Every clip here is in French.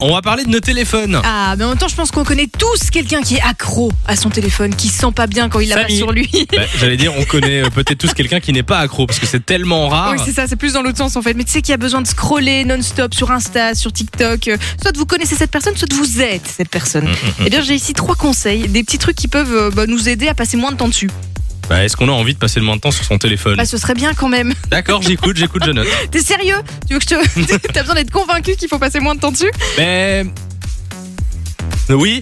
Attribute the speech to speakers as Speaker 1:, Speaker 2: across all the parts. Speaker 1: On va parler de nos téléphones.
Speaker 2: Ah, mais en même temps, je pense qu'on connaît tous quelqu'un qui est accro à son téléphone, qui se sent pas bien quand il l'a pas
Speaker 1: Samy.
Speaker 2: sur lui.
Speaker 1: Bah, J'allais dire, on connaît euh, peut-être tous quelqu'un qui n'est pas accro parce que c'est tellement rare.
Speaker 2: Oui, c'est ça, c'est plus dans l'autre sens en fait. Mais tu sais qu'il y a besoin de scroller non-stop sur Insta, sur TikTok. Euh, Soit vous connaissez cette personne, soit vous êtes cette personne.
Speaker 1: Mm,
Speaker 2: Eh bien, j'ai ici trois conseils, des petits trucs qui peuvent euh, bah, nous aider à passer moins de temps dessus.
Speaker 1: Bah, Est-ce qu'on a envie de passer le moins de temps sur son téléphone
Speaker 2: Bah, ce serait bien quand même.
Speaker 1: D'accord, j'écoute, j'écoute, je note.
Speaker 2: T'es sérieux Tu veux que je te. T'as besoin d'être convaincu qu'il faut passer moins de temps dessus
Speaker 1: Mais. Oui,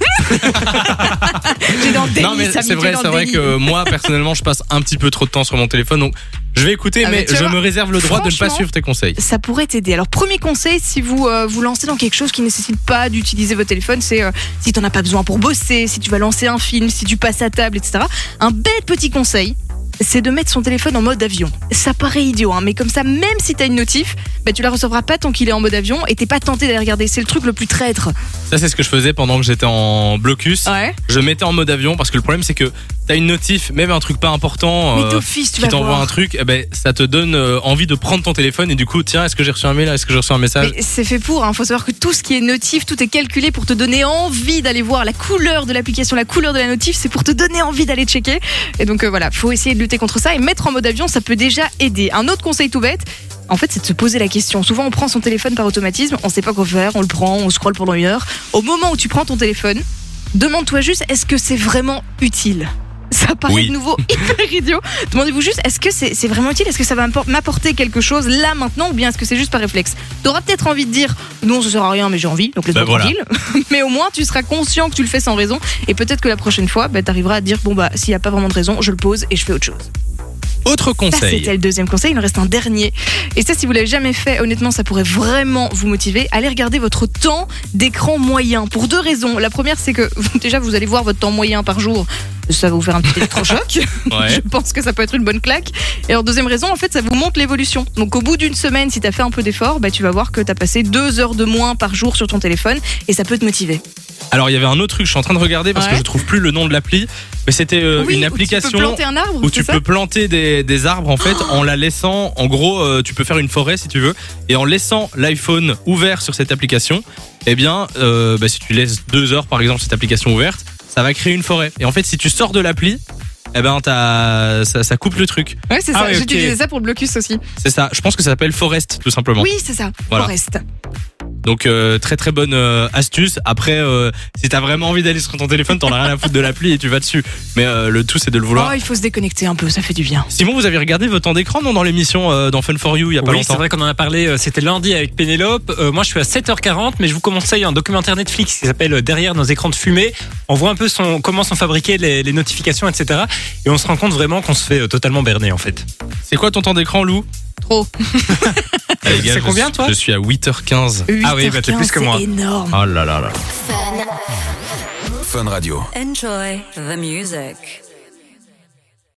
Speaker 2: J'ai dans le déni,
Speaker 1: non mais
Speaker 2: Samy,
Speaker 1: c'est
Speaker 2: t'es
Speaker 1: vrai,
Speaker 2: dans
Speaker 1: c'est
Speaker 2: le
Speaker 1: vrai
Speaker 2: déni.
Speaker 1: que moi personnellement je passe un petit peu trop de temps sur mon téléphone donc je vais écouter
Speaker 2: Ah, mais
Speaker 1: mais
Speaker 2: tu vas
Speaker 1: je
Speaker 2: voir,
Speaker 1: me réserve le droit de ne pas
Speaker 2: franchement,
Speaker 1: suivre tes conseils.
Speaker 2: ça pourrait t'aider. Alors premier conseil, si vous euh, vous lancez dans quelque chose qui ne nécessite pas d'utiliser votre téléphone, c'est euh, si t'en as pas besoin pour bosser, si tu vas lancer un film, si tu passes à table, etc. Un bête petit conseil, c'est de mettre son téléphone en mode avion. Ça paraît idiot, hein, mais comme ça, même si t'as une notif, bah, tu la recevras pas tant qu'il est en mode avion et t'es pas tenté d'aller regarder. C'est le truc le plus traître.
Speaker 1: Ça c'est ce que je faisais pendant que j'étais en blocus.
Speaker 2: Ouais.
Speaker 1: Je mettais en mode avion parce que le problème c'est que t'as une notif, même un truc pas important.
Speaker 2: Mais
Speaker 1: euh,
Speaker 2: d'office, tu
Speaker 1: qui
Speaker 2: vas
Speaker 1: t'envoie
Speaker 2: voir.
Speaker 1: un truc, eh ben, ça te donne euh, envie de prendre ton téléphone et du coup, tiens, est-ce que j'ai reçu un mail, est-ce que j'ai reçu un message
Speaker 2: Mais C'est fait pour, hein. faut savoir que tout ce qui est notif, tout est calculé pour te donner envie d'aller voir la couleur de l'application, la couleur de la notif, c'est pour te donner envie d'aller checker. Et donc euh, voilà, faut essayer de lutter contre ça et mettre en mode avion, ça peut déjà aider. Un autre conseil tout bête, en fait, c'est de se poser la question. Souvent, on prend son téléphone par automatisme, on sait pas quoi faire, on le prend, on scrolle pendant une heure. Au moment où tu prends ton téléphone, demande-toi juste, est-ce que c'est vraiment utile ça paraît
Speaker 1: Oui.
Speaker 2: de nouveau hyper idiot. Demandez-vous juste, est-ce que c'est c'est vraiment utile Est-ce que ça va m'appor- m'apporter quelque chose là maintenant ou bien est-ce que c'est juste par réflexe T'auras peut-être envie de dire non, ça sert à rien, mais j'ai envie, donc laisse-moi
Speaker 1: Bah voilà.
Speaker 2: tranquille. mais au moins, tu seras conscient que tu le fais sans raison et peut-être que la prochaine fois, bah, t'arriveras à te dire bon bah s'il n'y a pas vraiment de raison, je le pose et je fais autre chose.
Speaker 1: Autre
Speaker 2: Ça
Speaker 1: conseil,
Speaker 2: c'était le deuxième conseil, il en reste un dernier. Et ça, si vous l'avez jamais fait, honnêtement, ça pourrait vraiment vous motiver. Allez regarder votre temps d'écran moyen pour deux raisons. La première, c'est que déjà vous allez voir votre temps moyen par jour. Ça va vous faire un petit électrochoc.
Speaker 1: ouais.
Speaker 2: Je pense que ça peut être une bonne claque. Et en deuxième raison, en fait, ça vous montre l'évolution. Donc au bout d'une semaine, si t'as fait un peu d'effort, bah, tu vas voir que t'as passé deux heures de moins par jour sur ton téléphone et ça peut te motiver.
Speaker 1: Alors, il y avait un autre truc, je suis en train de regarder parce que
Speaker 2: Ouais.
Speaker 1: je trouve plus le nom de l'appli, mais c'était euh,
Speaker 2: Oui,
Speaker 1: une
Speaker 2: où
Speaker 1: application.
Speaker 2: Tu peux planter un arbre,
Speaker 1: où
Speaker 2: c'est
Speaker 1: tu
Speaker 2: ça Oh
Speaker 1: peux planter des, des arbres en fait en la laissant en gros euh, tu peux faire une forêt si tu veux et en laissant l'iPhone ouvert sur cette application eh bien euh, bah, si tu laisses deux heures par exemple cette application ouverte ça va créer une forêt et en fait si tu sors de l'appli eh ben t'as- ça, ça coupe le truc
Speaker 2: Ouais, c'est
Speaker 1: Ah
Speaker 2: ça.
Speaker 1: ouais, ok.
Speaker 2: J'utilisais ça pour le blocus aussi.
Speaker 1: c'est ça je pense que ça s'appelle Forest tout simplement
Speaker 2: Oui, c'est ça.
Speaker 1: Voilà.
Speaker 2: Forest.
Speaker 1: donc euh, très très bonne euh, astuce après euh, si t'as vraiment envie d'aller sur ton téléphone t'en as rien à foutre de l'appli et tu vas dessus mais euh, le tout c'est de le vouloir
Speaker 2: Oh, il faut se déconnecter un peu, ça fait du bien.
Speaker 1: Simon vous avez regardé votre temps d'écran non, dans l'émission euh, dans Fun for You il y a pas
Speaker 3: oui,
Speaker 1: longtemps
Speaker 3: c'est vrai qu'on en a parlé, euh, c'était lundi avec Pénélope. Euh, moi, je suis à 7h40, mais je vous conseille un documentaire Netflix qui s'appelle euh, Derrière nos écrans de fumée. On voit un peu son, comment sont fabriquées les, les notifications, etc. Et on se rend compte vraiment qu'on se fait euh, totalement berner, en fait.
Speaker 1: C'est quoi ton temps d'écran, Lou
Speaker 2: Trop.
Speaker 1: Ah, les gars,
Speaker 3: C'est
Speaker 1: je
Speaker 3: combien,
Speaker 1: suis-
Speaker 3: toi
Speaker 1: Je suis à 8h15.
Speaker 3: Ah oui, bah, t'es
Speaker 2: 8h15,
Speaker 3: plus que moi.
Speaker 2: C'est énorme.
Speaker 1: Oh là là là.
Speaker 4: Fun Radio.
Speaker 5: Enjoy the music.